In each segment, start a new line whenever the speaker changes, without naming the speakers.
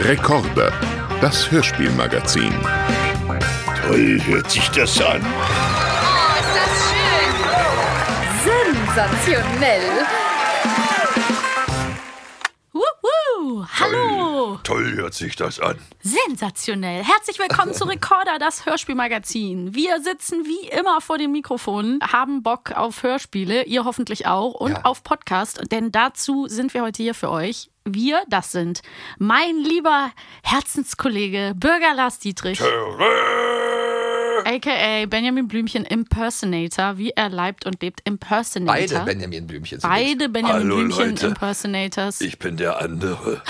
Rekorde, das Hörspielmagazin.
Toll hört sich das an.
Oh, ist das schön!
Sensationell.
Wuhu! Hallo!
Toll hört sich das an.
Sensationell! Herzlich willkommen zu Recorder, das Hörspielmagazin. Wir sitzen wie immer vor dem Mikrofon, haben Bock auf Hörspiele, ihr hoffentlich auch, und
Ja.
auf Podcast, denn dazu sind wir heute hier für euch. Wir, das sind mein lieber Herzenskollege Bürger Lars Dietrich, aka Benjamin Blümchen Impersonator, wie er leibt und lebt Impersonator.
Beide Benjamin Blümchen sind es.
Beide Benjamin
Hallo,
Blümchen
Leute.
Impersonators.
Ich bin der andere.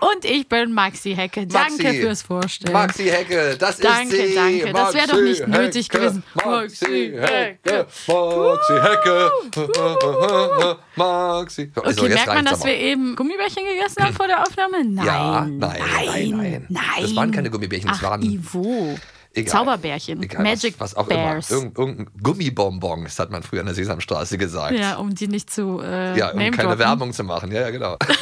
Und ich bin Maxi Hecke.
Maxi.
Danke fürs Vorstellen.
Maxi Hecke, das
Danke,
ist sie.
danke. Das wäre doch
Maxi
nicht nötig
Hecke,
gewesen. Maxi
Maxi
Hecke.
Hecke, Maxi Hecke, Maxi. So,
Okay,
Also jetzt
merkt man,
reicht's
dass
aber.
wir eben Gummibärchen gegessen haben vor der Aufnahme? Nein.
Ja, nein, nein, nein.
nein.
Das waren keine Gummibärchen, das
Ach,
waren-
Ivo.
Egal.
Zauberbärchen.
Egal,
Magic
was, was auch
Bears.
immer. Irgend, irgendein Gummibonbon, das hat man früher an der Sesamstraße gesagt.
Ja, um die nicht zu. Äh,
Ja, um keine
namedroppen.
Werbung zu machen. Ja, ja, genau.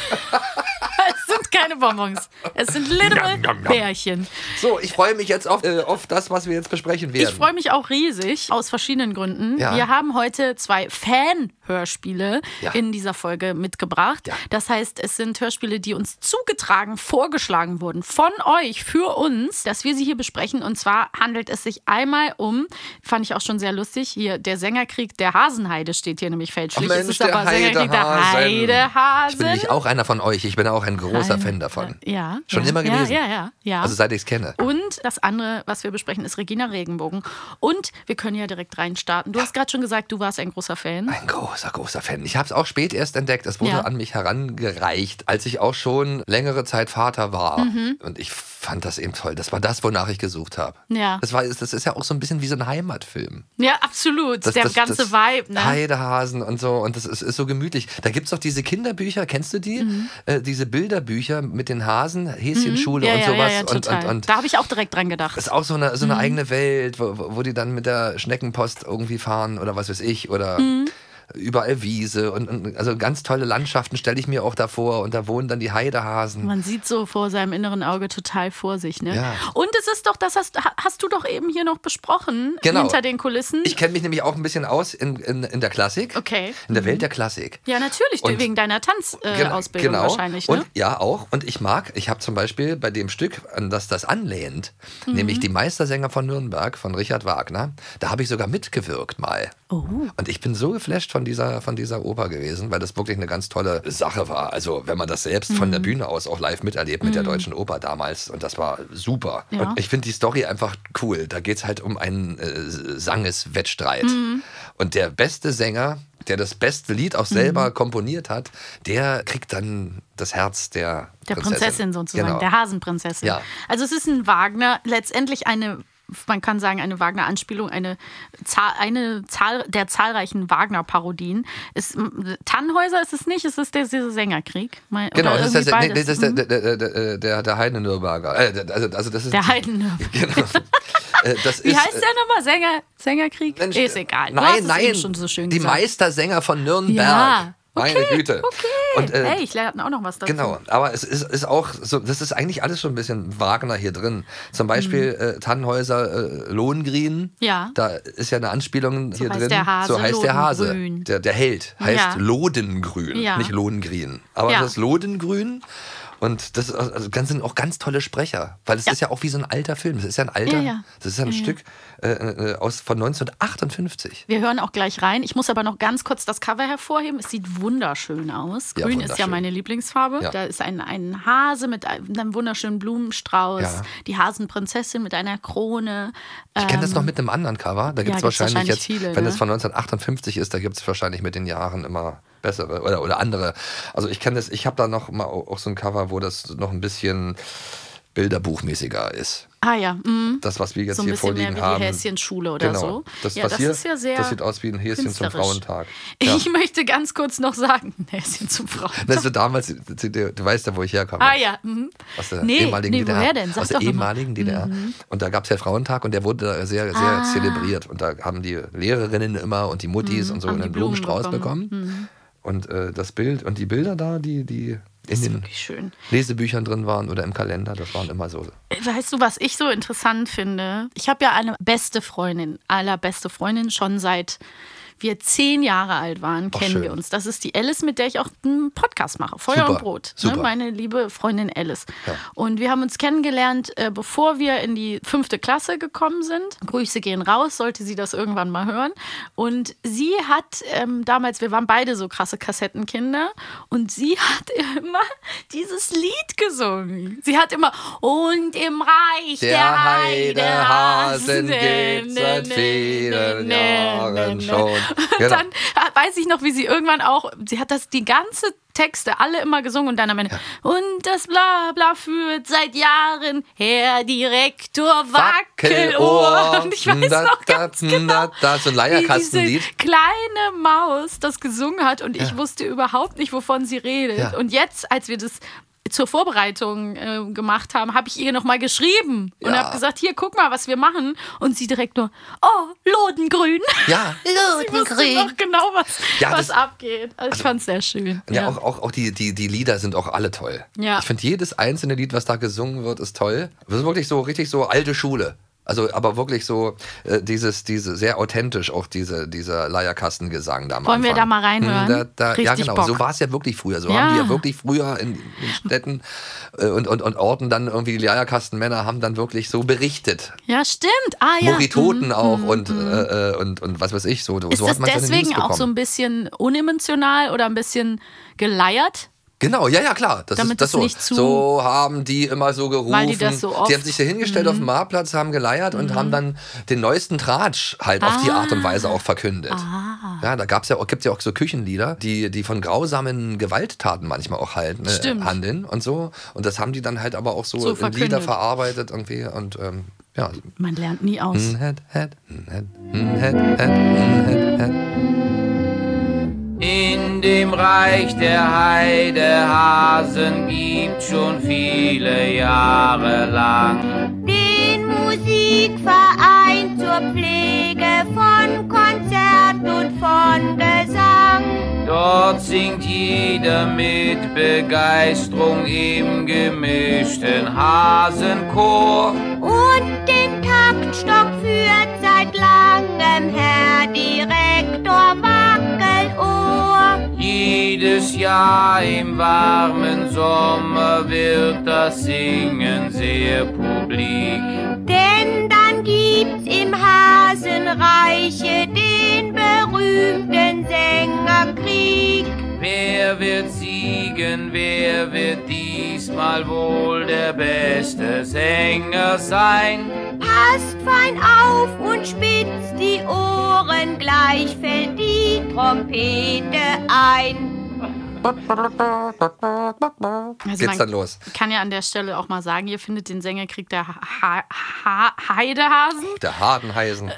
Es sind keine Bonbons. Es sind
Nom,
Little
nom, nom.
Bärchen.
So, ich freue mich jetzt auf, äh, auf das, was wir jetzt besprechen werden.
Ich freue mich auch riesig, aus verschiedenen Gründen.
Ja.
Wir haben heute zwei Fan-Hörspiele
Ja.
in dieser Folge mitgebracht.
Ja.
Das heißt, es sind Hörspiele, die uns zugetragen, vorgeschlagen wurden von euch für uns, dass wir sie hier besprechen. Und zwar handelt es sich einmal um, fand ich auch schon sehr lustig, hier der Sängerkrieg der Hasenheide steht hier nämlich fälschlich.
Ach
es ist
der
aber Sängerkrieg der
Heidehasen.
Heidehasen.
Ich bin nämlich auch einer von euch. Ich bin auch ein großer Fan davon.
Ja.
Schon
ja,
immer
ja,
gewesen.
Ja, ja, ja.
Also seit ich es kenne.
Und das andere, was wir besprechen, ist Regina Regenbogen. Und wir können ja direkt reinstarten. Du hast gerade schon gesagt, du warst ein großer Fan.
Ein großer, großer Fan. Ich habe es auch spät erst entdeckt. Es wurde
Ja.
an mich herangereicht, als ich auch schon längere Zeit Vater war.
Mhm.
Und ich fand das eben toll. Das war das, wonach ich gesucht habe.
Ja.
Das, war, das ist ja auch so ein bisschen wie so ein Heimatfilm.
Ja, absolut.
Das,
Der
das,
ganze
das
Vibe, ne?
Heidehasen und so. Und das ist, ist so gemütlich. Da gibt es doch diese Kinderbücher, kennst du die?
Mhm.
Äh, diese Bilderbücher mit den Hasen, Häschenschule
ja,
und
ja,
sowas.
ja, ja,
und,
total.
und, und
da Mhm. habe ich auch direkt dran gedacht.
ist auch so eine, so eine eigene Welt, wo, wo- wo die dann mit der Schneckenpost irgendwie fahren oder was weiß ich oder
Mhm.
überall Wiese und, und also ganz tolle Landschaften stelle ich mir auch davor und da wohnen dann die Heidehasen.
Man sieht so vor seinem inneren Auge total vor sich, ne?
Ja.
Und es ist doch, das hast, ha- hast du doch eben hier noch besprochen,
Genau.
hinter den Kulissen.
Ich kenne mich nämlich auch ein bisschen aus in, in, in der Klassik,
Okay. Mhm.
in der Welt der Klassik.
ja, natürlich,
Und-
wegen deiner Tanzausbildung äh,
Gen-
Ausbildung wahrscheinlich, ne?
Genau, Und, ja, auch. Und ich mag, ich habe zum Beispiel bei dem Stück, an das das anlehnt,
Mhm.
nämlich die Meistersänger von Nürnberg von Richard Wagner, da habe ich sogar mitgewirkt mal.
Oh.
Und ich bin so geflasht von dieser, von dieser Oper gewesen, weil das wirklich eine ganz tolle Sache war. Also wenn man das selbst von
Mhm.
der Bühne aus auch live miterlebt mit der Deutschen Oper damals. Und das war super.
Ja.
Und ich finde die Story einfach cool. Da geht es halt um einen äh, Sangeswettstreit.
Mhm.
Und der beste Sänger, der das beste Lied auch
Mhm.
selber komponiert hat, der kriegt dann das Herz der,
Der Prinzessin, sozusagen,
Genau.
der Hasenprinzessin.
Ja.
Also es ist ein Wagner, letztendlich eine, man kann sagen, eine Wagner-Anspielung, eine, Zahl, eine Zahl der zahlreichen Wagner-Parodien. Es- m- Tannhäuser ist es nicht, es ist der, dieser Sängerkrieg. Mal-
Genau,
oder
das ist,
irgendwie
der, nee, das
beides. Mhm.
ist der, der, der, der, der Heiden-Nürnberger. Äh, also, also das ist
Der Heiden-Nürnberger.
Genau. Äh, das
Hm. Wie
ist,
heißt der nochmal? Sänger, Sängerkrieg?
Mensch,
ist egal. Du
Nein,
hast es
nein.
eben schon so schön
die
gesagt.
Meistersänger von Nürnberg.
Ja.
Meine Güte.
Okay.
Und, äh,
hey, ich lerne auch noch was dazu.
Genau, aber es ist, ist auch so, das ist eigentlich alles schon ein bisschen Wagner hier drin. Zum Beispiel äh, Tannhäuser äh, Lohengrin.
Mhm. Ja.
Da ist ja eine Anspielung hier
heißt
drin.
der Hase,
so heißt der Hase.
Lodengrün.
Der, der Held heißt
Ja.
Lodengrün,
Ja.
nicht Lohengrin. Aber
Ja.
das ist Lodengrün. Und das ist auch- also ganz, sind auch ganz tolle Sprecher, weil es ist ja auch wie so ein alter Film. Das ist ja ein alter,
Ja, ja.
das ist ja ein Stück äh, äh, aus, von 1958.
Wir hören auch gleich rein. Ich muss aber noch ganz kurz das Cover hervorheben. Es sieht wunderschön aus.
Ja,
Grün ist ja
wunderschön.
meine Lieblingsfarbe.
Ja.
Da ist ein, ein Hase mit einem wunderschönen Blumenstrauß,
Ja.
die Hasenprinzessin mit einer Krone.
Ich kenne das noch mit einem anderen Cover. Da gibt es
Ähm, gibt's
wahrscheinlich,
wahrscheinlich
jetzt,
viele,
wenn
ne?
es von 1958 ist, da gibt es wahrscheinlich mit den Jahren immer bessere oder, oder andere. Also ich kenne das, ich habe da noch mal au- auch so ein Cover, wo das noch ein bisschen bilderbuchmäßiger ist.
Ah ja, mhm.
Das, was wir jetzt
so ein
hier
bisschen
vorliegen
mehr wie
haben.
die Häschenschule oder
genau.
so.
Das,
ja,
was
das
hier,
ist ja sehr.
das sieht aus wie ein Häschen zum
künstlerisch.
Frauentag. Ja.
Ich möchte ganz kurz noch sagen: ein Häschen zum Frauentag.
Das war damals, du, du weißt ja, wo ich herkomme.
Ah ja, mhm.
Aus der
nee,
ehemaligen
nee,
DDR.
woher denn? Sag
aus der
doch noch mal. Mhm.
ehemaligen DDR. Und da gab es ja Frauentag und der wurde da sehr, sehr
Ah.
zelebriert. Und da haben die Lehrerinnen immer und die Muttis und so
Mhm. haben die
einen
Blumen Mhm.
Blumenstrauß bekommen. Und äh, das Bild und die Bilder da, die, die in den
Wirklich schön.
Lesebüchern drin waren oder im Kalender. Das waren immer so.
Weißt du, was ich so interessant finde? Ich habe ja eine beste Freundin, allerbeste Freundin, schon seit wir zehn Jahre alt waren,
Ach,
kennen
schön.
wir uns. Das ist die Alice, mit der ich auch einen Podcast mache, Feuer
Super,
und Brot.
super.
Ne? Meine liebe Freundin Alice.
Ja.
Und wir haben uns kennengelernt, äh, bevor wir in die fünfte Klasse gekommen sind. Grüße gehen raus, sollte sie das irgendwann mal hören. Und sie hat ähm, damals, wir waren beide so krasse Kassettenkinder, und sie hat immer dieses Lied gesungen. Sie hat immer, und im Reich der,
Der
Heidehasen
Heidehasen gibt's
gibt's
seit vielen Jahren schon.
und
Genau.
dann weiß ich noch, wie sie irgendwann auch, sie hat das die ganze Texte alle immer gesungen und dann am Ende. Und das Blabla führt seit Jahren Herr Direktor Wackelohr. Und ich weiß
da,
noch
da,
ganz
da,
genau.
da, so ein
Wie diese
Leierkastenlied.
kleine Maus das gesungen hat und ich wusste überhaupt nicht, wovon sie redet.
Ja.
Und jetzt, als wir das zur Vorbereitung äh, gemacht haben, habe ich ihr nochmal geschrieben und
Ja.
habe gesagt, hier, guck mal, was wir machen. Und sie direkt nur, oh, Lodengrün.
Ja.
Sie wusste noch genau, was,
Ja,
was
das-
abgeht. Also ich fand es sehr schön.
Ja, auch, auch, auch die, die, die Lieder sind auch alle toll.
Ja.
Ich finde jedes einzelne Lied, was da gesungen wird, ist toll. Das ist wirklich so, richtig so alte Schule. Also, aber wirklich so, äh, dieses, diese, sehr authentisch auch diese, dieser Leierkastengesang da am
Wollen wir
Anfang.
da mal
Hm,
reinhören?
Da, da, ja,
Richtig
genau.
Bock.
So war es ja wirklich früher. So
Ja.
haben die ja wirklich früher in den Städten äh, und, und, und Orten dann irgendwie die Leierkastenmänner haben dann wirklich so berichtet.
Ja, stimmt. Ah, ja.
Moritoten
Mhm.
auch und, äh, äh, und, und was weiß ich. So,
Ist
so
das
hat man seine
deswegen
News
auch so
bekommen.
ein bisschen unemotional oder ein bisschen geleiert?
Genau, ja, ja, klar. Das
Damit
ist das
es
so.
nicht zu-
so haben die immer so gerufen.
Weil die das so oft- Mhm.
die haben sich da hingestellt auf dem Marktplatz, haben geleiert und haben dann den neuesten Tratsch halt auf die Art und
Ah.
Weise auch verkündet. Ja, da gab's ja, gibt es ja auch so Küchenlieder, die, die von grausamen Gewalttaten manchmal auch halt ne,
Stimmt.
handeln und so. Und das haben die dann halt aber auch so,
So
in Lieder
verkündet.
verarbeitet irgendwie und ähm, ja.
Man lernt nie aus.
Head, head, head, head, head, head, head.
In dem Reich der Heidehasen gibt schon viele Jahre lang
den Musikverein zur Pflege von Konzert und von Gesang.
Dort singt jeder mit Begeisterung im gemischten Hasenchor.
Und den Taktstock führt seit langem Herr Direktor Wackelohr.
Jedes Jahr im warmen Sommer wird das Singen sehr publik.
Denn dann gibt's im Hasenreiche den berühmten Sängerkrieg.
Wer wird siegen, wer wird diesmal wohl der beste Sänger sein?
Passt fein auf und spitzt die Ohren, gleich fällt die Trompete ein.
Also
Geht's
man
dann los.
Kann ja an der Stelle auch mal sagen, ihr findet den Sängerkrieg der ha ha Heidehasen.
Der Hardenheisen.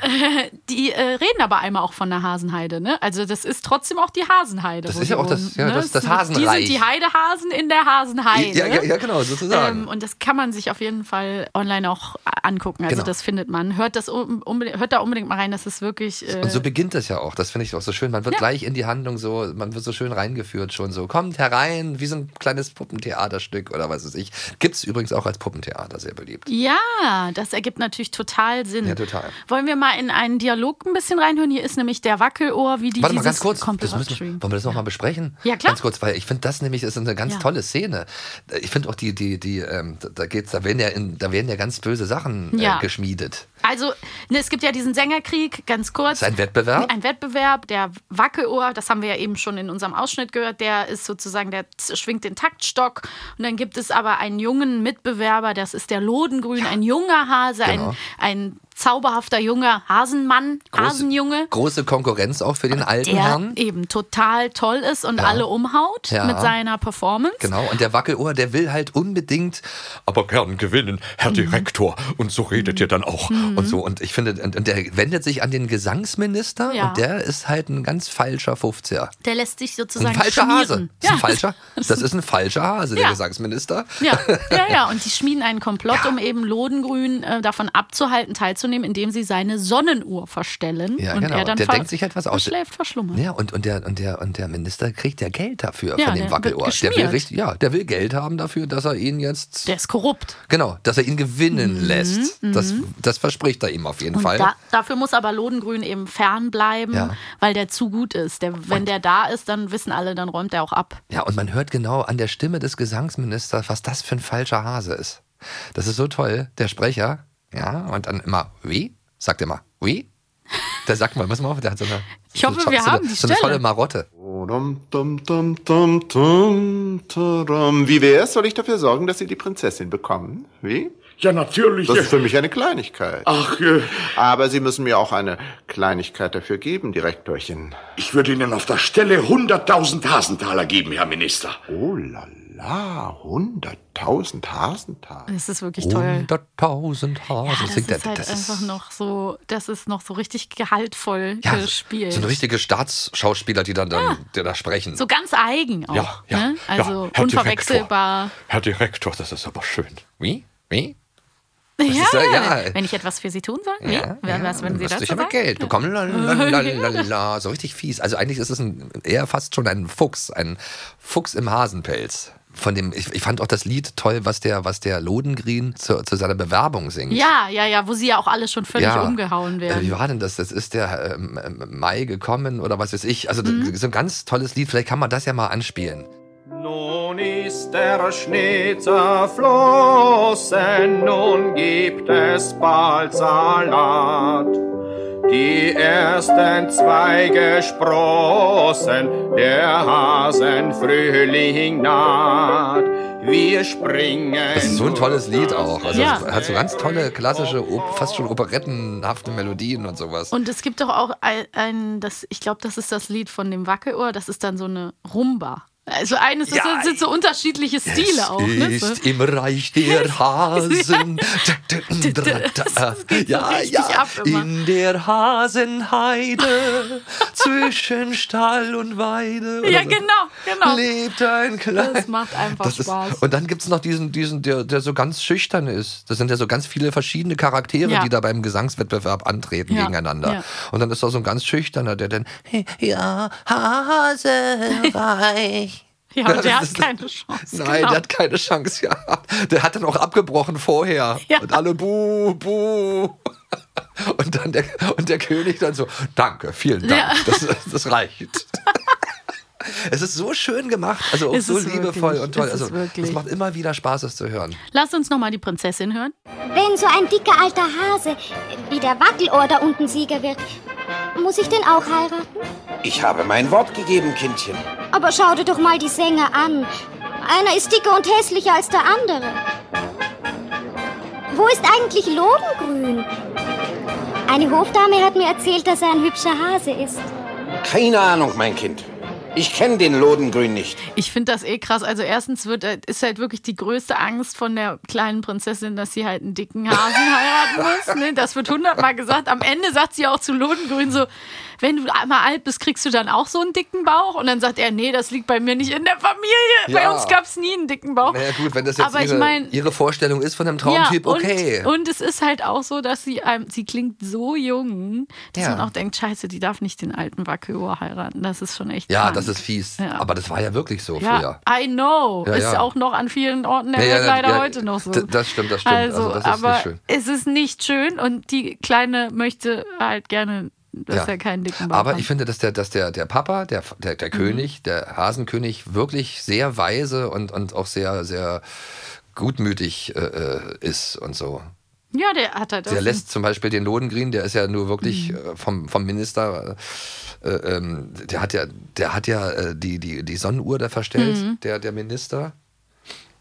Die äh, reden aber einmal auch von der Hasenheide, ne? Also das ist trotzdem auch die Hasenheide.
Das
wo
ist
die
ja auch das- ja,
wohnen, ne?
das- das
Die
Hasenreich.
sind die Heidehasen in der Hasenheide.
Ja, ja, ja, genau, sozusagen.
Ähm, und das kann man sich auf jeden Fall online auch angucken. Also
Genau.
das findet man. Hört, das un- unbedingt, hört da unbedingt mal rein, das ist wirklich. Äh,
Und so beginnt das ja auch. Das finde ich auch so schön. Man wird gleich in die Handlung so, man wird so schön reingeführt schon so. Kommt herein, wie so ein kleines Puppentheaterstück oder was weiß ich. Gibt es übrigens auch als Puppentheater sehr beliebt.
ja, das ergibt natürlich total Sinn.
Ja, total.
Wollen wir mal in einen Dialog ein bisschen reinhören? Hier ist nämlich der Wackelohr, wie die
Warte mal
dieses
ganz kurz,
kommt
das müssen,
Entschuldigung.
wollen wir das nochmal besprechen?
Ja, klar.
Ganz kurz, weil ich finde, das nämlich ist eine ganz
Ja.
tolle Szene. Ich finde auch die, die, die, ähm, da- da geht's, da werden ja, in, da werden ja ganz böse Sachen
Ja.
äh, geschmiedet.
Also, ne, es gibt ja diesen Sängerkrieg, ganz kurz.
Ist ein Wettbewerb?
Ein Wettbewerb, der Wackelohr, das haben wir ja eben schon in unserem Ausschnitt gehört, der ist sozusagen, der z- schwingt den Taktstock. Und dann gibt es aber einen jungen Mitbewerber, das ist der Lodengrün, ein junger Hase,
Genau.
ein, ein zauberhafter junger Hasenmann, Hasenjunge.
Große Konkurrenz auch für den alten
Der
Herrn.
eben total toll ist und alle umhaut
Ja.
mit seiner Performance.
Genau, und der Wackelohr, der will halt unbedingt, aber gern gewinnen,
Mhm.
Herr Direktor. Und so redet ihr dann auch. Und so. Und ich finde, und, und der wendet sich an den Gesangsminister
Ja.
und der ist halt ein ganz falscher 50er.
Der lässt sich
Das ist
sozusagen
ein falscher
schmieren.
Hase. Das ist ein falscher, das ist ein falscher Hase, der
Ja.
Gesangsminister.
Ja, ja, ja. Und die schmieden einen Komplott, um eben Lodengrün äh, davon abzuhalten, aufzunehmen, indem sie seine Sonnenuhr verstellen.
Ja,
und
genau.
er dann
Der
ver-
denkt sich halt was aus.
Verschläft, verschlummert.
Ja, und, und, der, und, der, und der Minister kriegt ja Geld dafür
Ja,
von
der
dem Wackelohr.
wird
Der will
geschmiert.
richtig, ja, der will Geld haben dafür, dass er ihn jetzt.
Der ist korrupt.
Genau, dass er ihn gewinnen lässt. Das, das verspricht er ihm auf jeden
mhm. Und
Fall.
da, dafür muss aber Lodengrün eben fernbleiben,
Ja.
weil der zu gut ist. Der, wenn der da ist, dann wissen alle, dann räumt er auch ab.
Ja, und man hört genau an der Stimme des Gesangsministers, was das für ein falscher Hase ist. Das ist so toll. Der Sprecher, ja, und dann immer, wie? Sagt er immer, wie? Da sagt man, muss man auf, der hat so eine.
Ich
so
hoffe,
eine-
wir
so
haben
eine,
die
So eine
Stelle.
volle Marotte.
Dum, dum, dum, dum, dum, taram. Wie wär's? Soll ich dafür sorgen, dass Sie die Prinzessin bekommen? Wie?
Ja, natürlich.
Das ist für mich eine Kleinigkeit.
Ach, äh,
Aber Sie müssen mir auch eine Kleinigkeit dafür geben, Direktorchen.
ich würde Ihnen auf der Stelle 100.000 Hasentaler geben, Herr Minister.
Oh la la, 100.000 Hasentaler.
Das ist
Oh.
wirklich toll.
100.000 Hasen.
Ja, das
singt er.
ist halt
Das ist-
einfach noch so, das ist noch so richtig gehaltvoll
ja,
gespielt.
sind richtige Staatsschauspieler, die dann, dann die da sprechen.
so ganz eigen auch.
Ja, ja, ja,
ne? Also
Herr Direktor.
unverwechselbar.
Herr Direktor, das ist aber schön. Wie? Wie?
Ja,
ist ja- ja.
Wenn ich etwas für Sie tun soll? Nee?
Ja,
Wer-
ja,
was, wenn
dann
Sie
müsste
das
ich
so
immer
sagen?
Geld bekommen. La, la, la, la, la, la. So richtig fies. Also eigentlich ist es ein, eher fast schon ein Fuchs, ein Fuchs im Hasenpelz. Von dem, ich, ich fand auch das Lied toll, was der, was der Lodengrin zu, zu seiner Bewerbung singt.
Ja, ja, ja, wo Sie ja auch alle schon völlig
Ja.
umgehauen
Äh, Wie
werden.
war denn das? Das ist der ähm, ähm, Mai gekommen oder was weiß ich. Also
Mhm.
das- so ein ganz tolles Lied. Vielleicht kann man das ja mal anspielen.
Nun ist der Schnee zerflossen, nun gibt es bald Salat. Die ersten Zweige sprossen, der Hasenfrühling naht. Wir springen.
Das ist so
Äh,
ein tolles Lied auch. Also
Ja.
es hat so ganz tolle, klassische, op- fast schon operettenhafte Melodien und sowas.
Und es gibt doch auch ein, ein das, ich glaube, das ist das Lied von dem Wackelohr, das ist dann so eine Rumba. Also eines ist,
Ja,
das sind so unterschiedliche Stile auch. Ne? So.
Ist im Reich der Hasen.
Das geht so
äh, ja,
richtig
ja.
ab immer.
In der Hasenheide zwischen Stall und Weide. oder
Ja,
so.
genau, genau.
Lebt ein kleines.
Das macht einfach Spaß.
Ist, und dann gibt es noch diesen, diesen der, der so ganz schüchtern ist. Das sind ja so ganz viele verschiedene Charaktere,
Ja.
die da beim Gesangswettbewerb antreten
Ja,
gegeneinander.
ja.
Und dann ist da so ein ganz schüchterner, der dann, ja, Hasenreich.
Ja, und der
Das
hat
ist-
keine Chance.
Nein,
genau.
der hat keine Chance gehabt. Der hat dann auch abgebrochen vorher.
Ja.
Und alle buh, buh. Und dann der, und der König dann so, danke, vielen Dank,
Ja.
das, das reicht. Es ist so schön gemacht, also auch
Es
so
ist
liebevoll
wirklich,
und toll.
es ist
Also es
wirklich.
macht immer wieder Spaß, es zu hören.
Lass uns nochmal die Prinzessin hören.
Wenn so ein dicker alter Hase wie der Wackelohr da unten Sieger wird, muss ich den auch heiraten?
Ich habe mein Wort gegeben, Kindchen.
Aber schau dir doch mal die Sänger an. Einer ist dicker und hässlicher als der andere. Wo ist eigentlich Lodengrün? Eine Hofdame hat mir erzählt, dass er ein hübscher Hase ist.
Keine Ahnung, mein Kind. Ich kenne den Lodengrün nicht.
Ich finde das eh krass. Also erstens wird, äh, ist halt wirklich die größte Angst von der kleinen Prinzessin, dass sie halt einen dicken Hasen heiraten muss. Ne? Das wird hundertmal gesagt. Am Ende sagt sie auch zu Lodengrün so, wenn du einmal alt bist, kriegst du dann auch so einen dicken Bauch? Und dann sagt er, nee, das liegt bei mir nicht in der Familie.
Ja.
Bei uns gab es nie einen dicken Bauch.
Naja gut, wenn das jetzt
Aber
ihre,
ich mein-
ihre Vorstellung ist von einem Traumtyp,
und,
okay.
Und es ist halt auch so, dass sie einem, sie klingt so jung, dass
Ja.
man auch denkt, scheiße, die darf nicht den alten Wackelohr heiraten. Das ist schon echt
ja,
krank.
das ist fies.
Ja.
Aber das war ja wirklich so früher.
Ja, I know.
Ja,
ist
ja.
auch noch an vielen Orten der
Ja, ja,
Welt leider
ja,
heute noch so.
d- das stimmt, das stimmt. Also, das ist
aber
nicht schön.
es ist nicht schön und die Kleine möchte halt gerne, dass
Ja.
er keinen dicken Bauch
Aber
hat.
ich finde, dass der, dass der, der Papa, der, der, der
Mhm.
König, der Hasenkönig, wirklich sehr weise und, und auch sehr, sehr gutmütig äh, äh, ist und so.
ja, der hat halt
Der
auch-
lässt zum Beispiel den Lohengrin, der ist ja nur
Mhm.
wirklich äh, vom, vom Minister, äh, ähm, der hat ja, der hat ja äh, die, die, die Sonnenuhr da verstellt,
Mhm.
der, der Minister.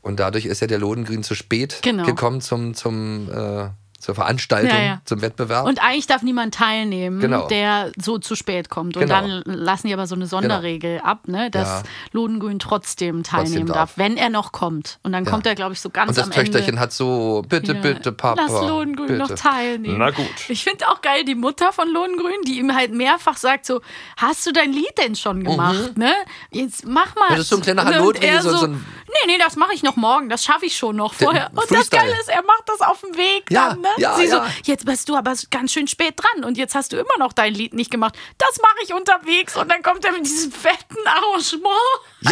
Und dadurch ist ja der Lohengrin zu spät
Genau.
gekommen zum, zum, äh, zur Veranstaltung,
Ja, ja.
zum Wettbewerb.
und eigentlich darf niemand teilnehmen,
Genau.
der so zu spät kommt. Und
Genau.
dann lassen die aber so eine Sonderregel ab, ne, dass
Ja.
Lodengrün trotzdem teilnehmen
darf.
darf. wenn er noch kommt. Und dann kommt er, glaube ich, so ganz
Und das
am
Töchterchen
Ende.
hat so, bitte,
Ja,
bitte, Papa.
Lass Lohngrün
bitte.
noch teilnehmen.
Na gut.
Ich finde auch geil die Mutter von Lohngrün, die ihm halt mehrfach sagt: So, hast du dein Lied denn schon gemacht? Ne? Jetzt mach
Mhm.
mal.
Das ist so ein kleiner
Und
Hallo-Ding,
er
so- so ein
nee, nee, das mache ich noch morgen, das schaffe ich schon noch vorher.
Den
Und das
Freestyle.
Geile ist, er macht das auf dem Weg
Ja,
dann, ne?
ja,
Sie so,
ja.
jetzt bist du aber ganz schön spät dran und jetzt hast du immer noch dein Lied nicht gemacht. Das mache ich unterwegs und dann kommt er mit diesem fetten Arrangement.
Ja,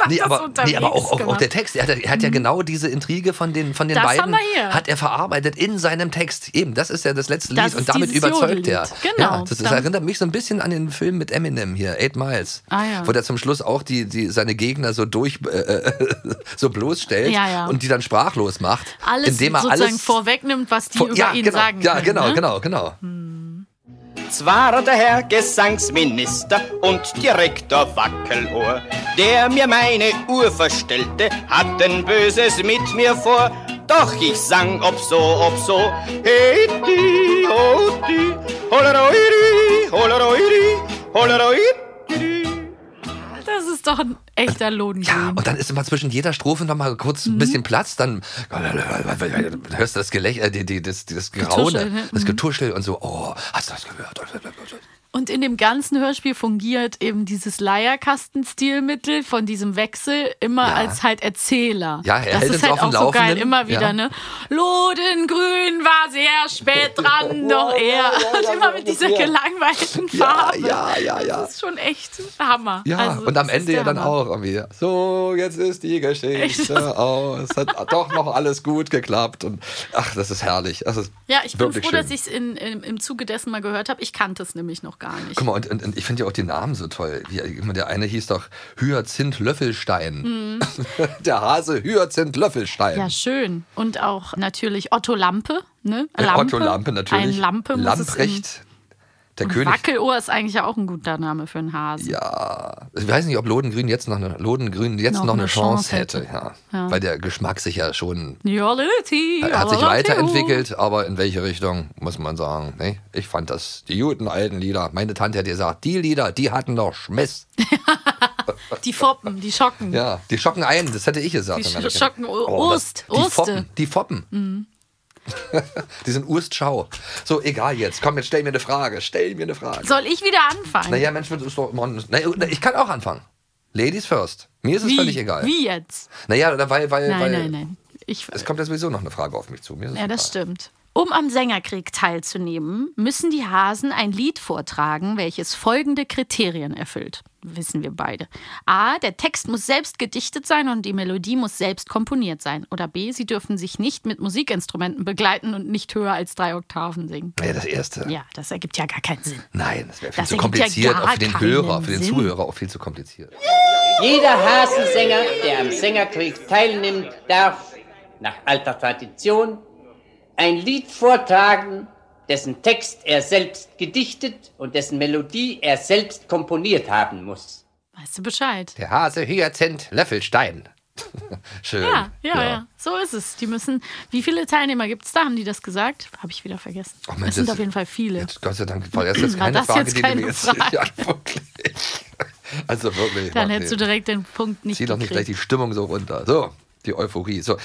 Hat
nee,
das
aber, nee, aber
unterwegs
auch, auch, auch
gemacht. Mhm.
der Text. Er hat, er hat ja genau diese Intrige von den, von den
Das
beiden,
haben wir hier.
hat er verarbeitet in seinem Text. Eben, das ist ja das letzte
Das
Lied und
ist
damit
dieses
überzeugt er.
Jodellied. Genau.
Ja, das, das
Dann-
erinnert mich so ein bisschen an den Film mit Eminem hier, Eight Miles,
Ah, ja.
wo der zum Schluss auch die, die, seine Gegner so durch, äh, so bloßstellt
Ja, ja.
und die dann sprachlos macht.
Alles
indem er
sozusagen
alles
vorwegnimmt, was die
vor-
über
ja,
ihn
genau,
sagen
Ja,
können,
genau,
ne?
genau, genau.
Zwar der Herr Gesangsminister und Direktor Wackelohr, der mir meine Uhr verstellte, hat ein Böses mit mir vor. Doch ich sang ob so, ob so. Heti, hoti, holaroiri, holaroiri, holaroiri.
Das ist doch ein echter Lohn.
Und dann ist immer zwischen jeder Strophe noch mal kurz
Mhm.
ein bisschen Platz, dann hörst du das Gelächter, die, die, das, das Graune,
Getuschel, ne?
das
Mhm.
Getuschel und so, oh, hast du das gehört?
Und in dem ganzen Hörspiel fungiert eben dieses Leierkasten-Stilmittel von diesem Wechsel immer als halt Erzähler.
Ja, er
das
hält
ist
uns
halt
auf
auch
dem
so geil,
Laufenden.
immer wieder,
Ja.
ne? Lodengrün war sehr spät dran, doch er. Und immer mit dieser gelangweilten Farbe.
ja, ja, ja.
Das ist schon echt Hammer.
Ja,
Also,
und am
das ist
Ende ja
der
dann
Hammer.
auch irgendwie. So, jetzt ist die
Echt?
Geschichte aus. Hat doch noch alles gut geklappt. Und, ach, das ist herrlich. Das ist
Ja, ich bin froh,
wirklich schön.
dass ich es in, in, im Zuge dessen mal gehört habe. Ich kannte es nämlich noch gar nicht.
Guck mal, und, und, und ich finde ja auch die Namen so toll. Wie, ich meine, der eine hieß doch Hyazinth Löffelstein. der Hase Hyazinth Löffelstein.
Mhm. Ja, schön. Und auch natürlich Otto Lampe. Ne?
Ja, Otto Lampe natürlich.
Ein Lampe muss es
Lamprecht, der
im,
König.
Wackelohr ist eigentlich ja auch ein guter Name für einen Hasen.
Ja, ich weiß nicht, ob Lodengrün jetzt noch eine, Lodengrün jetzt noch, eine Chance, hätte. Ja.
Ja.
Weil der Geschmack sich ja schon
Jollity,
er hat sich
jollity,
weiterentwickelt, aber in welche Richtung, muss man sagen. Ne? Ich fand das, die guten alten Lieder. Meine Tante hat gesagt, die Lieder, die hatten doch Schmiss.
oh. Die Foppen, die Schocken.
Ja, die schocken ein, das hätte ich gesagt.
Die
Wenn man das
schocken
kennt.
Ost,
das- Die
Oste.
Foppen, die Foppen.
Mhm.
Die sind Urstschau. So, egal jetzt. Komm, jetzt stell mir eine Frage. Stell mir eine Frage.
Soll ich wieder anfangen?
Naja, Mensch, das ist doch immer. Naja, ich kann auch anfangen. Ladies first. Mir ist es
wie?
völlig egal.
Wie jetzt?
Naja, weil. weil,
Nein,
weil
nein, nein. Ich,
Es kommt ja sowieso noch eine Frage auf mich zu. Mir ist es
ja, das stimmt. Um am Sängerkrieg teilzunehmen, müssen die Hasen ein Lied vortragen, welches folgende Kriterien erfüllt. Wissen wir beide. A. Der Text muss selbst gedichtet sein und die Melodie muss selbst komponiert sein. Oder B. Sie dürfen sich nicht mit Musikinstrumenten begleiten und nicht höher als drei Oktaven singen.
Ja, das erste.
Ja, das ergibt ja gar keinen Sinn.
Nein, das wäre viel
Das
zu
ergibt
kompliziert.
ja gar
auch für den
keinen
Hörer, für den
Sinn.
Zuhörer auch viel zu kompliziert.
Jeder Hasensänger, der am Sängerkrieg teilnimmt, darf nach alter Tradition ein Lied vortragen, dessen Text er selbst gedichtet und dessen Melodie er selbst komponiert haben muss.
Weißt du Bescheid?
Der Hase Hyazinth Löffelstein. Schön.
Ja, ja, ja, So ist es. Die müssen. Wie viele Teilnehmer gibt es da? Haben die das gesagt? Habe ich wieder vergessen.
Oh Mensch,
es sind
das-
auf jeden Fall viele.
Gott sei Dank war das jetzt
War
keine
das
Frage,
jetzt
die
keine
du mir jetzt.
Frage?
Ja, wirklich. Also wirklich.
Dann
Mann,
hättest du
nee.
direkt den Punkt nicht
Zieh doch nicht gleich
gekriegt.
die Stimmung so runter. So, die Euphorie. So,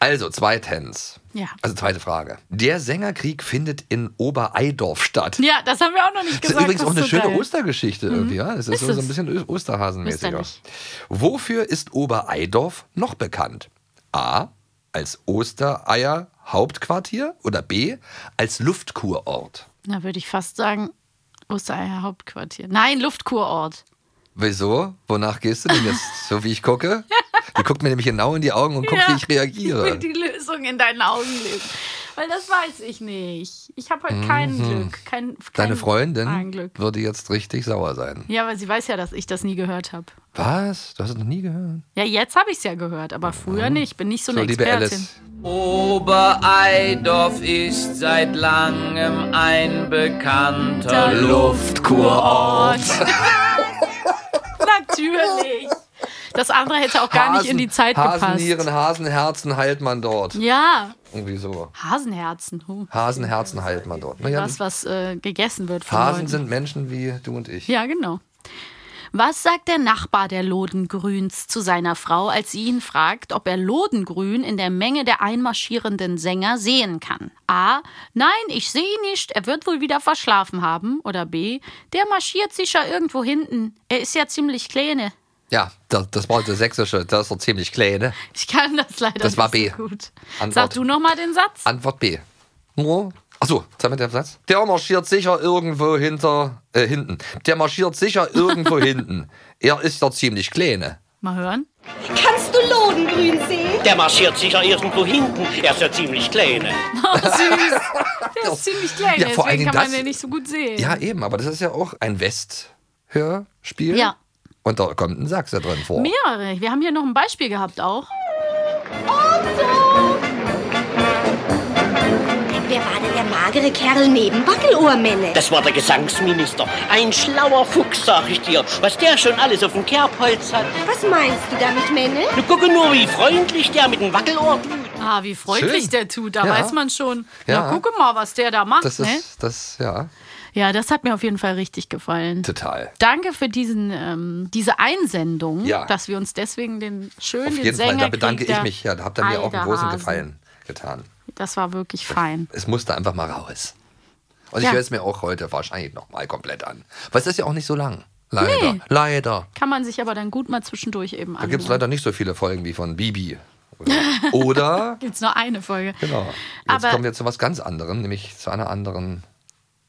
also zweitens.
Ja.
Also zweite Frage. Der Sängerkrieg findet in Obereidorf statt.
Ja, das haben wir auch noch nicht
Das ist
gesagt.
übrigens
das
auch eine
ist so
schöne
geil. Mhm.
Ostergeschichte irgendwie, ja. Es ist,
Ist
so, so
es.
ein bisschen Ö- Osterhasenmäßiger.
Österlich.
Wofür ist Obereidorf noch bekannt? A. Als Ostereier Hauptquartier oder B. Als Luftkurort.
Na, würde ich fast sagen, Ostereier Hauptquartier. Nein, Luftkurort.
Wieso? Wonach gehst du denn jetzt? So wie ich gucke? Die guckt mir nämlich genau in die Augen und guckt,
Ja.
wie ich reagiere.
Ich will die Lösung in deinen Augen lesen. Weil das weiß ich nicht. Ich habe heute kein
Mhm.
Glück. Kein, kein
Deine Freundin
Fragenglück.
würde jetzt richtig sauer sein.
Ja, weil sie weiß ja, dass ich das nie gehört habe.
Was? Du hast es noch nie gehört?
Ja, jetzt habe ich es ja gehört, aber früher nicht. Ich bin nicht so eine
Mhm. So, liebe
Expertin.
Alice.
Obereidorf ist seit langem ein bekannter
Der
Luftkurort.
Natürlich. Das andere hätte auch gar nicht in die Zeit gepasst.
Hasenieren, Hasenherzen heilt man dort.
Ja,
Irgendwie so.
Hasenherzen. Huh.
Hasenherzen heilt man dort. Naja,
Was, was äh, gegessen wird von
Hasen
Leuten.
sind Menschen wie du und ich.
Ja, genau. Was sagt der Nachbar der Lodengrüns zu seiner Frau, als sie ihn fragt, ob er Lodengrün in der Menge der einmarschierenden Sänger sehen kann? A. Nein, ich sehe ihn nicht, er wird wohl wieder verschlafen haben. Oder B. Der marschiert sicher irgendwo hinten. Er ist ja ziemlich kleine.
Ja, das, das war der sächsische, das ist so ziemlich klein, ne?
Ich kann das leider
Das war B.
nicht so gut. Sag
Antwort,
du nochmal den Satz.
Antwort B. Nur. Achso, sag mal den Satz. Der marschiert sicher irgendwo hinter, äh, hinten. Der marschiert sicher irgendwo hinten. Er ist ja ziemlich kleine.
Mal hören.
Kannst du Lodengrün sehen?
Der marschiert sicher irgendwo hinten. Er ist ja ziemlich kleine.
Oh, süß. Der ist ziemlich klein,
Ja, vor allen
deswegen
Dingen
kann man
das-
den nicht so gut sehen.
Ja, eben, aber das ist ja auch ein Westhörspiel.
Ja.
Und da kommt ein Sachse drin vor.
Mehrere. Wir haben hier noch ein Beispiel gehabt auch.
Wer war denn der magere Kerl neben Wackelohrmännle?
Das war der Gesangsminister. Ein schlauer Fuchs, sag ich dir. Was der schon alles auf dem Kerbholz hat.
Was meinst du damit, Männle?
Du gucke nur, wie freundlich der mit dem Wackelohr tut.
Ah, wie freundlich
Schön.
der tut, da
Ja.
weiß man schon.
Ja.
Na, gucke mal, was der da macht.
Das
ne?
ist, das, ja,
Ja, das hat mir auf jeden Fall richtig gefallen.
total.
Danke für diesen, ähm, diese Einsendung,
Ja.
dass wir uns deswegen den schönen
Auf
den
jeden Fall, da
Sängerkrieg
bedanke ich
der
mich. Ja, da habt ihr mir auch einen großen
Eiderhasen.
Gefallen getan.
Das war wirklich fein.
Es musste einfach mal raus. Und
Ja.
ich höre es mir auch heute wahrscheinlich nochmal komplett an. Weil es ist ja auch nicht so lang. Leider.
Nee.
Leider.
Kann man sich aber dann gut mal zwischendurch eben
Da gibt es
anhören.
leider nicht so viele Folgen wie von Bibi. Oder, oder
Gibt's nur eine Folge.
genau. Jetzt
Aber-
kommen wir zu was ganz anderem, nämlich zu einer anderen.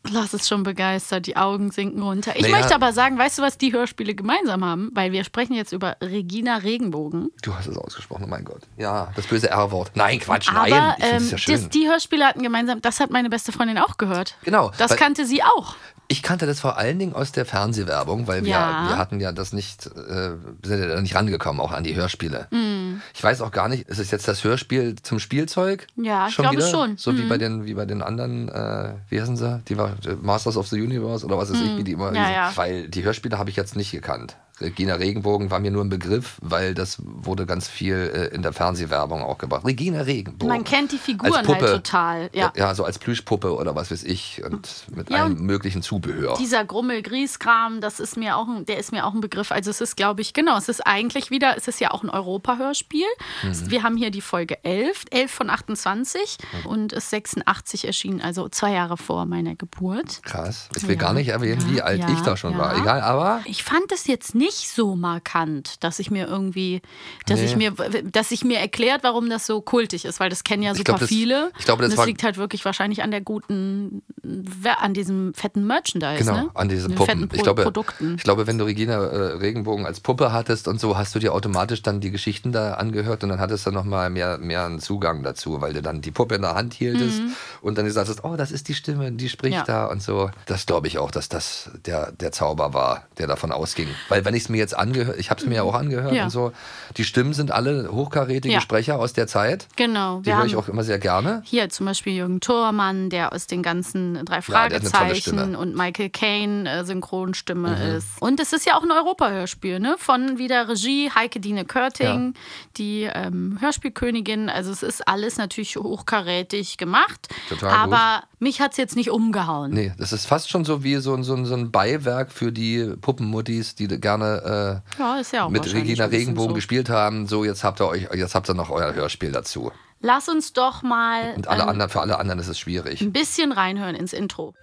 Lass es schon begeistert, die Augen sinken runter. Ich
Naja.
möchte aber sagen, weißt du, was die Hörspiele gemeinsam haben? Weil wir sprechen jetzt über Regina Regenbogen.
Du hast es ausgesprochen, oh mein Gott. Ja, das böse R-Wort. Nein, Quatsch, nein.
aber
Ich finde es
ähm,
ja schön.
das, die Hörspiele hatten gemeinsam, das hat meine beste Freundin auch gehört.
Genau,
Das
weil- Oh.
kannte sie auch.
Ich kannte das vor allen Dingen aus der Fernsehwerbung, weil wir,
Ja.
wir hatten ja das nicht, äh, sind ja da nicht rangekommen, auch an die Hörspiele.
Mhm.
Ich weiß auch gar nicht, ist es jetzt das Hörspiel zum Spielzeug?
Ja, ich glaube
wieder?
schon.
So wie,
Mhm.
bei den, wie bei den anderen, äh, wie heißen sie? Die war äh, Masters of the Universe oder was weiß ich,
Mhm.
wie die immer
Ja,
hießen.
ja.
Weil die Hörspiele habe ich jetzt nicht gekannt. Regina Regenbogen war mir nur ein Begriff, weil das wurde ganz viel äh, in der Fernsehwerbung auch gebracht. Regina Regenbogen.
Man kennt die Figuren
Als Puppe.
halt total. Ja. Mm.
ja, so als Plüschpuppe oder was weiß ich und mit
Ja,
allem
und
möglichen Zubehör.
Dieser Grummel-Grieß-Kram, das ist mir auch ein, der ist mir auch ein Begriff. Also es ist, glaube ich, genau, es ist eigentlich wieder, es ist ja auch ein Europa-Hörspiel.
Mhm. Mhm.
Es- Wir haben hier die Folge 11, 11 von 28 und ist 86 erschienen, also zwei Jahre vor meiner Geburt.
Krass. Ich will
Ja.
gar nicht erwähnen, wie alt
ja,
ich da schon
ja.
war. Egal, aber
Ich fand es jetzt nicht so markant, dass ich mir irgendwie, dass
Nee.
ich mir, dass ich mir erklärt, warum das so kultig ist, weil das kennen ja
Ich
super
glaub, das-
viele.
ich glaube, das
Und das
war-
liegt halt wirklich wahrscheinlich an der guten, Wer- an diesem fetten Merchandise,
genau,
ne?
an diesen
Den
Puppen.
fetten Pro
Ich glaube,
Produkten.
ich glaube, wenn du Regina äh, Regenbogen als Puppe hattest und so, hast du dir automatisch dann die Geschichten da angehört und dann hattest du nochmal mehr, mehr einen Zugang dazu, weil du dann die Puppe in der Hand hieltest
Mhm.
und dann sagtest, oh, das ist die Stimme, die spricht
Ja.
da und so. Das glaube ich auch, dass das der, der Zauber war, der davon ausging. Weil wenn ich es mir jetzt angehört, ich habe es mir ja auch angehört
Mhm. Ja.
und so, die Stimmen sind alle hochkarätige
Ja.
Sprecher aus der Zeit.
Genau,
Die
wir
höre
haben
ich auch immer sehr gerne.
hier zum Beispiel Jürgen Thormann, der aus den ganzen drei
Ja, der hat eine tolle
Fragezeichen
Stimme.
und Michael Caine äh, Synchronstimme
Mhm.
ist. Und es ist ja auch ein Europa-Hörspiel, ne? Von wieder Regie Heike Dine Körting, die ähm, Hörspielkönigin. Also es ist alles natürlich hochkarätig gemacht.
Total
aber mich hat es jetzt nicht umgehauen.
Nee, das ist fast schon so wie so, ein- so, ein- so ein Beiwerk für die Puppenmuttis, die gerne äh,
Ja, ist ja auch
mit
wahrscheinlich
Regina
ein bisschen
Regenbogen
so.
gespielt haben. So, jetzt habt ihr euch, jetzt habt ihr noch euer Hörspiel dazu.
Lass uns doch mal
Und alle
ähm,
anderen, für alle anderen ist es schwierig.
ein bisschen reinhören ins Intro.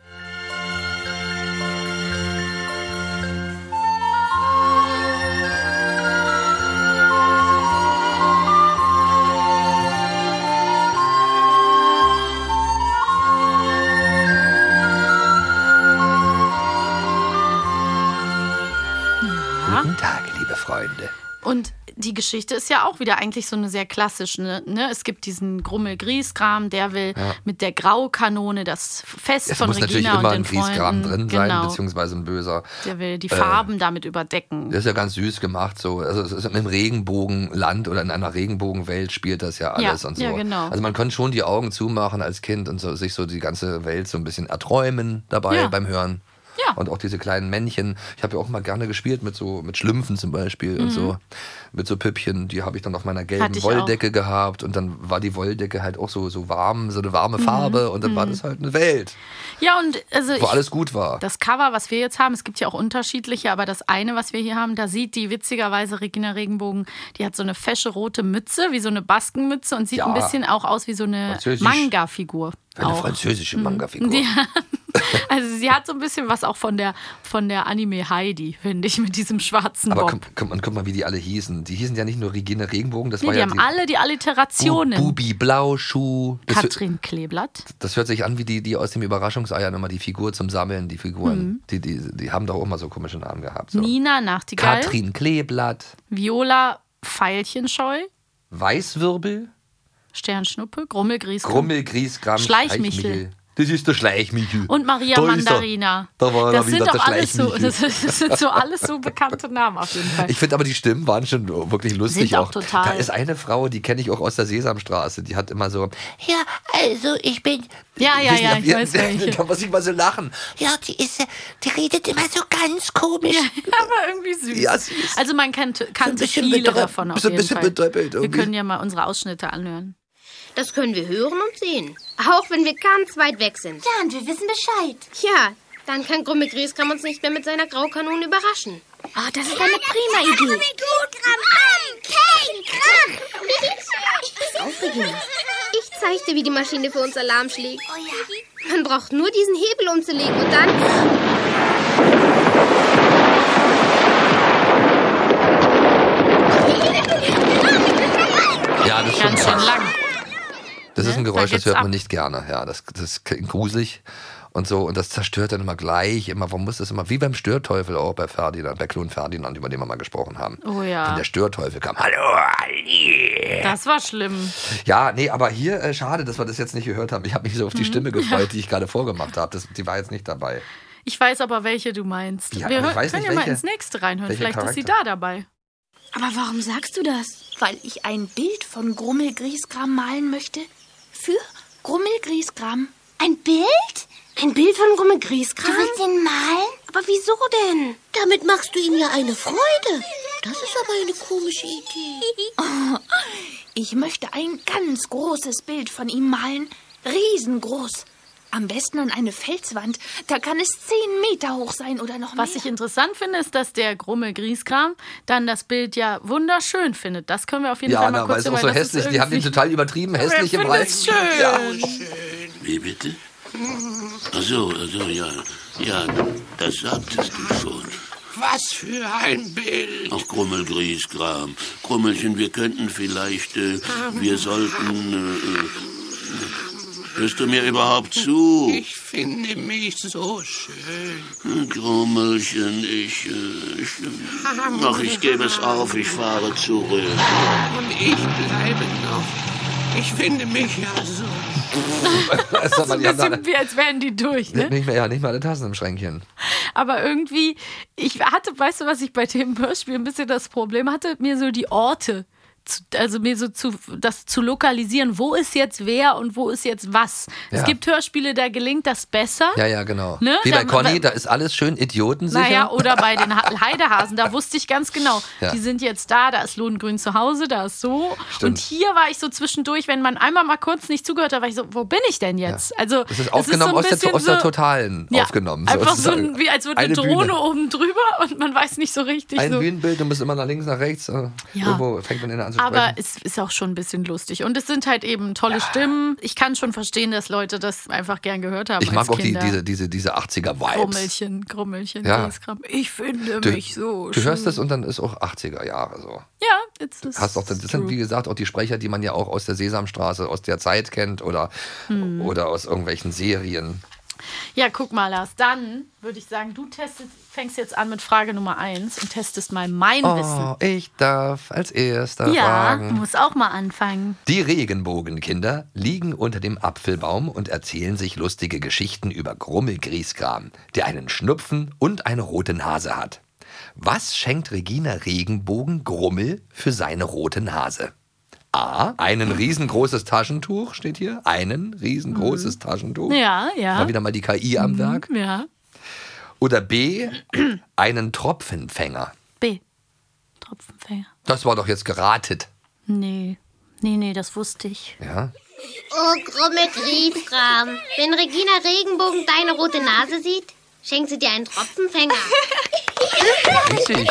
Guten Tag, liebe Freunde.
Und die Geschichte ist ja auch wieder eigentlich so eine sehr klassische. Ne? Ne? Es gibt diesen Grummel-Grieskram, der will
Ja.
mit der Graukanone das Fest
Es
von
muss natürlich
Regina
immer
und
ein
den
Grießkram
Freunden.
drin sein,
genau.
beziehungsweise ein böser.
der will die
Äh,
Farben damit überdecken.
Das ist ja ganz süß gemacht, so. Also es ist im Regenbogenland oder in einer Regenbogenwelt spielt das ja
Ja,
alles und so.
ja, genau.
Also man kann schon die Augen zumachen als Kind und so, sich so die ganze Welt so ein bisschen erträumen dabei
Ja.
beim Hören.
Ja.
Und auch diese kleinen Männchen. Ich habe ja auch mal gerne gespielt mit so mit Schlümpfen zum Beispiel
Mhm.
und so. Mit so Püppchen, die habe ich dann auf meiner gelben
Hatte ich
Wolldecke gehabt. Und dann war die Wolldecke halt auch so, so warm, so eine
Mhm.
warme Farbe. Und dann war das halt eine Welt,
Ja, und also
wo
ich,
alles gut war.
das Cover, was wir jetzt haben, es gibt ja auch unterschiedliche, aber das eine, was wir hier haben, da sieht die witzigerweise Regina Regenbogen, die hat so eine fesche rote Mütze, wie so eine Baskenmütze und sieht
Ja.
ein bisschen auch aus wie so eine
Französisch.
Manga-Figur.
Eine
auch.
französische
Mhm.
Manga-Figur.
Ja. Also sie hat so ein bisschen was auch von der, von der Anime Heidi, finde ich, mit diesem schwarzen
Aber
Bob.
guck, guck, und guck mal, wie die alle hießen. Die hießen ja nicht nur Regine Regenbogen, das
nee,
war
die
ja
haben
die
alle die Alliterationen.
Bu- Bubi Blauschuh. Das, hö-
Katrin Kleeblatt.
das hört sich an wie die, die aus dem Überraschungseiern immer die Figur zum Sammeln, die Figuren.
Mhm.
Die, die, die haben doch auch immer so komische Namen gehabt. So.
Nina Nachtigall.
Katrin Kleeblatt,
Viola Veilchenscheu.
Weißwirbel,
Sternschnuppe. Grummelgrieß.
Grummelgrießgramm,
Schleichmichel.
Das ist der Schleichmichel.
Und Maria
Da ist er.
Mandarina.
Da war er
das
wieder,
sind
der
doch alles so, das,
Schleichmichel.
das sind so alles so bekannte Namen auf jeden Fall.
Ich finde aber die Stimmen waren schon wirklich lustig
Sind auch total.
Da ist eine Frau, die kenne ich auch aus der Sesamstraße, die hat immer so
Ja, also ich bin.
Ja, ja,
Wissen
ja,
Sie,
ich
ihr-
weiß welche.
Da muss ich mal so lachen.
Ja, die ist, äh, die redet immer so ganz komisch.
aber irgendwie süß.
Ja,
Also man kennt, kannte
bisschen
viele
betröpp-
davon auf
so ein
jeden
bisschen
Fall.
betröppelt
Wir
irgendwie.
können ja mal unsere Ausschnitte anhören.
Das können wir hören und sehen. Auch wenn wir ganz weit weg sind. Ja, und wir wissen Bescheid. Ja, dann kann Grumme Griesgram uns nicht mehr mit seiner Graukanone überraschen. Oh, das ist eine prima Idee. Auf, Regina. Ich zeig dir, wie die Maschine für uns Alarm schlägt. Oh ja. Man braucht nur diesen Hebel umzulegen und dann...
Ja, das ist schon
Ganz schön
krass.
lang. ne?
Das ist ein Geräusch,
Da
das
geht's
hört man
ab.
nicht gerne. Ja, das, das klingt gruselig und so. Und das zerstört dann immer gleich. Immer, warum muss das immer? Wie beim Störteufel auch bei Ferdinand, bei Klon Ferdinand, über den wir mal gesprochen haben.
Oh ja.
Wenn der Störteufel kam. Hallo, Ali.
Das war schlimm.
Ja, nee, aber hier, äh, schade, dass wir das jetzt nicht gehört haben. Ich habe mich so auf die
Mhm.
Stimme gefreut,
Ja.
die ich gerade vorgemacht habe. Das- Die war jetzt nicht dabei.
Ich weiß aber, welche du meinst.
Ja,
Wir
aber ich
hö-
weiß
können
nicht,
ja mal
welche-
ins nächste reinhören.
welcher
Vielleicht ist sie da
Charakter.
dabei.
Aber warum sagst du das? Weil ich ein Bild von Grummelgriesgram malen möchte? Für Grummelgriesgram. Ein Bild?
Ein Bild von Grumme Griesgram? Du willst ihn malen? Aber wieso denn? Damit machst du ihm ja eine Freude. Das ist aber eine komische Idee.
Ich möchte ein ganz großes Bild von ihm malen. Riesengroß. Am besten an eine Felswand. Da kann es zehn Meter hoch sein oder noch
Was ich interessant finde, ist, dass der Grummel Grieskram dann das Bild ja wunderschön findet. Das können wir auf jeden
Ja,
Fall mal
Anna, weil
kurz
es auch so
überlegen.
hässlich. Die haben den total übertrieben,
Aber er
hässlich im
findet es
Reifen. Ja.
schön.
Wie bitte? Ach so, ach so, ja. Ja, das sagtest du schon.
Was für ein Bild.
Ach, Grummelgrießkram. Grummelchen, wir könnten vielleicht, äh, wir sollten... Äh, äh, hörst du mir überhaupt zu?
Ich finde mich so schön.
Grummelchen, ich, äh, ich... Ach, ich gebe es auf, ich fahre zurück.
Und ich bleibe noch. Ich finde mich ja so.
Das ist aber die
ein
andere-
bisschen wie, als wären die durch, ne?
Nicht mehr, ja, nicht mal alle Tassen im Schränkchen.
Aber irgendwie, ich hatte, weißt du, was ich bei dem Hörspiel ein bisschen das Problem hatte? Mir so die Orte, zu, also mir so zu, das zu lokalisieren, wo ist jetzt wer und wo ist jetzt was. Es
Ja.
gibt Hörspiele, da gelingt das besser.
Ja, ja, genau.
Ne?
Wie bei
Da-
Conny, da ist alles schön idiotensicher.
Naja, oder bei den Ha- Heidehasen, da wusste ich ganz genau,
Ja.
die sind jetzt da, da ist Lohngrün zu Hause, da ist so.
Stimmt.
Und hier war ich so zwischendurch, wenn man einmal mal kurz nicht zugehört hat, war ich so, wo bin ich denn jetzt? Also,
Das ist aufgenommen
so ein
aus, der,
bisschen
aus der
so-
Totalen
Ja,
aufgenommen.
Einfach so,
sozusagen.
ein, wie als würde eine,
Bühne.
Drohne oben drüber und man weiß nicht so richtig.
Ein
so.
Bühnenbild, du bist immer nach links, nach rechts. äh,
Ja.
Irgendwo fängt man innen an zu
Aber
sprechen.
es ist auch schon ein bisschen lustig. Und es sind halt eben tolle Stimmen. Ich kann schon verstehen, dass Leute das einfach gern gehört haben.
Ich mag
als
auch die,
Kinder.
diese, diese, diese 80er-Vibes.
Grummelchen, Grummelchen,
Ja.
Griesgram. Ich finde
Du,
mich so
du hörst
schön.
das und dann ist auch 80er Jahre so.
Ja, jetzt ist
Hast auch, das sind, wie gesagt, auch die Sprecher, die man ja auch aus der Sesamstraße, aus der Zeit kennt oder,
Hm.
oder aus irgendwelchen Serien.
Ja, guck mal, Lars. Dann würde ich sagen, du testest, fängst jetzt an mit Frage Nummer eins und testest mal mein
Oh,
Wissen.
ich darf als erster
ja,
fragen.
muss auch mal anfangen.
Die Regenbogenkinder liegen unter dem Apfelbaum und erzählen sich lustige Geschichten über Grummelgrießkram, der einen Schnupfen und eine rote Nase hat. Was schenkt Regina Regenbogen Grummel für seine rote Nase? A. Einen riesengroßes Taschentuch, steht hier. Einen riesengroßes Taschentuch.
Ja, ja.
War wieder mal die KI am Werk.
Ja.
Oder B. Einen Tropfenfänger.
B. Tropfenfänger.
Das war doch jetzt geratet.
Nee. Nee, nee, das wusste ich.
Ja.
Oh, Grumme Griesgram. Wenn Regina Regenbogen deine rote Nase sieht, Schenkt sie dir einen Tropfenfänger.
Richtig.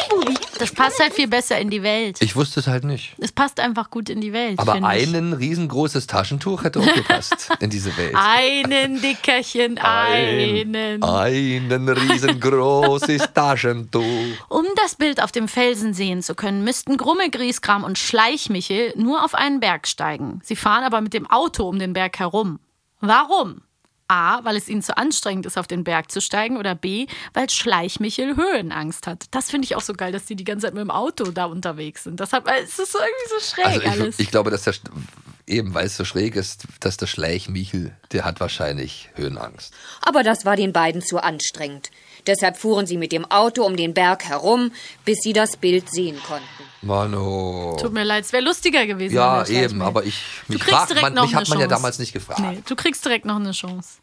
Das passt halt viel besser in die Welt.
Ich wusste es halt nicht.
Es passt einfach gut in die Welt.
Aber
find ich.
ein riesengroßes Taschentuch hätte auch gepasst in diese Welt.
Einen Dickerchen,
Ein- Ah.
einen.
Ein riesengroßes Taschentuch.
Um das Bild auf dem Felsen sehen zu können, müssten Grummel, Griesgram und Schleichmichel nur auf einen Berg steigen. Sie fahren aber mit dem Auto um den Berg herum. Warum? A, weil es ihnen zu anstrengend ist, auf den Berg zu steigen oder B, weil Schleichmichel Höhenangst hat. Das finde ich auch so geil, dass die die ganze Zeit mit dem Auto da unterwegs sind. Deshalb äh, es ist so irgendwie so schräg
Also
alles.
ich, ich glaube, dass der, Sch- eben weil es so schräg ist, dass der Schleich Michel, der hat wahrscheinlich Höhenangst.
Aber das war den beiden zu anstrengend. Deshalb fuhren sie mit dem Auto um den Berg herum, bis sie das Bild sehen konnten.
Mano.
Tut mir leid, es wäre lustiger gewesen. wenn
Ja,
der Schleichmichel-
eben, aber ich,
Du
mich
kriegst
fragt
direkt
man,
noch
mich hat
eine
man ja
Chance.
damals nicht gefragt.
Nee, du kriegst direkt noch eine Chance.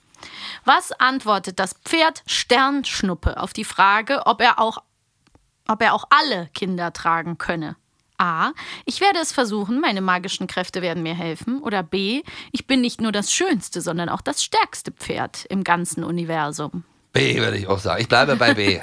Was antwortet das Pferd Sternschnuppe auf die Frage, ob er auch, ob er auch alle Kinder tragen könne? A. Ich werde es versuchen, meine magischen Kräfte werden mir helfen. Oder B. Ich bin nicht nur das schönste, sondern auch das stärkste Pferd im ganzen Universum.
B würde ich auch sagen. Ich bleibe bei B.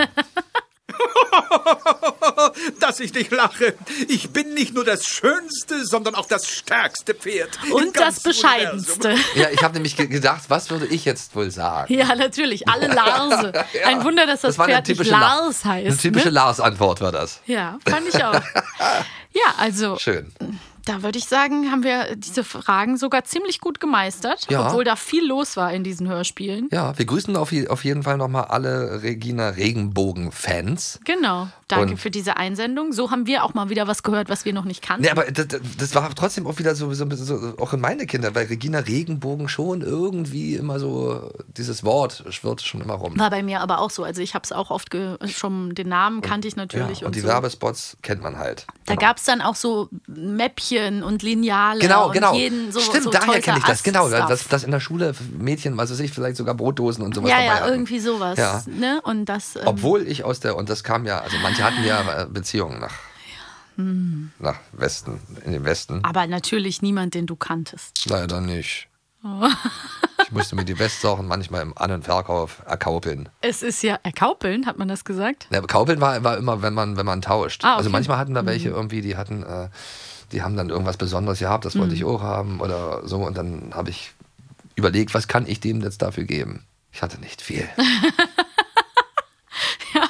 Dass ich nicht lache. Ich bin nicht nur das schönste, sondern auch das stärkste Pferd. im
Und
ganzen
das Bescheidenste.
ja, ich habe nämlich ge- gedacht, was würde ich jetzt wohl sagen?
Ja, natürlich, alle Larse.
Ja.
Ein Wunder, dass das,
war eine
Pferd nicht
typische La-
Lars heißt.
Eine typische
ne?
Lars-Antwort war das.
Ja, fand ich auch. Ja, also
Schön.
Da würde ich sagen, haben wir diese Fragen sogar ziemlich gut gemeistert,
Ja.
obwohl da viel los war in diesen Hörspielen.
Ja, wir grüßen auf, je- auf jeden Fall nochmal alle Regina Regenbogen-Fans.
Genau. Danke
Und-
für diese Einsendung. So haben wir auch mal wieder was gehört, was wir noch nicht kannten.
Nee, aber das, das- das war trotzdem auch wieder so, so, so auch in meine Kinder, weil Regina Regenbogen schon irgendwie immer so, dieses Wort schwirrt schon immer rum.
war bei mir aber auch so. Also ich habe es auch oft ge schon, den Namen kannte ich natürlich.
Ja, und, die
so.
Werbespots kennt man halt.
Da gab es dann auch so Mäppchen und Lineale
Genau,
und
genau.
jeden so
Stimmt,
so
daher kenne ich das. Genau,
Teuter-Ast-Stuff.
dass, dass in der Schule Mädchen, was weiß ich, vielleicht sogar Brotdosen und sowas
ja,
dabei
ja,
hatten.
irgendwie sowas.
Ja.
Ne? Und das. ähm,
Obwohl ich aus der, und das kam ja, also manche hatten ja äh, Beziehungen nach,
hm. Ah.
nach Westen, in den Westen.
Aber natürlich niemand, den du kanntest.
Leider nicht.
Oh.
Ich musste mir die Westsachen manchmal im An- und Verkauf erkaupeln.
Es ist ja erkaupeln, hat man das gesagt?
Ja, Kaupeln war, war immer, wenn man, wenn man tauscht.
Ah, okay.
Also manchmal hatten da welche
Mhm.
irgendwie, die hatten, äh, die haben dann irgendwas Besonderes gehabt, das wollte
Mhm.
ich auch haben oder so. Und dann habe ich überlegt, was kann ich dem jetzt dafür geben? Ich hatte nicht viel.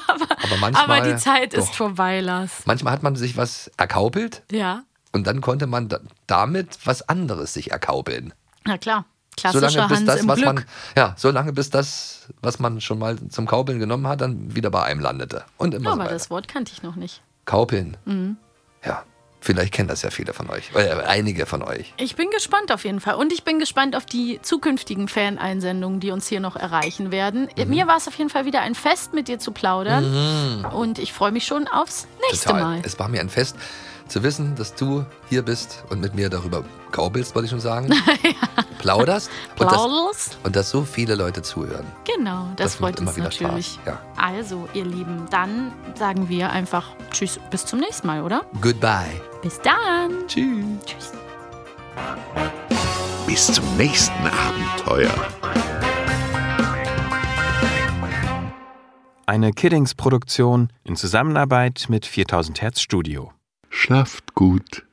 aber, manchmal,
Aber die Zeit
doch.
ist vorbei, Lars.
Manchmal hat man sich was erkaupelt
Ja,
und dann konnte man da, damit was anderes sich erkaupeln.
na klar.
So
Klassischer
lange, bis
Hans
das,
im
was
Glück.
man, ja, so lange, bis das, was man schon mal zum Kaupeln genommen hat, dann wieder bei einem landete. Und immer
ja,
so
aber
weiter.
das Wort kannte ich noch nicht.
Kaupeln.
Mhm.
Ja, vielleicht kennen das ja viele von euch. Oder einige von euch.
Ich bin gespannt auf jeden Fall. Und ich bin gespannt auf die zukünftigen Fan-Einsendungen, die uns hier noch erreichen werden. Mir war es auf jeden Fall wieder ein Fest, mit dir zu plaudern.
Mhm.
Und ich freue mich schon aufs nächste
Total.
Mal.
Es war mir ein Fest zu wissen, dass du hier bist und mit mir darüber kaubelst, wollte ich schon sagen. Plauderst. und dass-
Plauderst.
Und dass so viele Leute zuhören.
Genau, das,
macht
freut uns
immer wieder
natürlich.
Spaß. Ja.
Also, ihr Lieben, dann sagen wir einfach Tschüss, bis zum nächsten Mal, oder?
Goodbye.
Bis dann. Tschüss. Tschüss.
Bis zum nächsten Abenteuer.
Eine Kiddings-Produktion in Zusammenarbeit mit 4000 Hertz Studio.
Schlaft gut.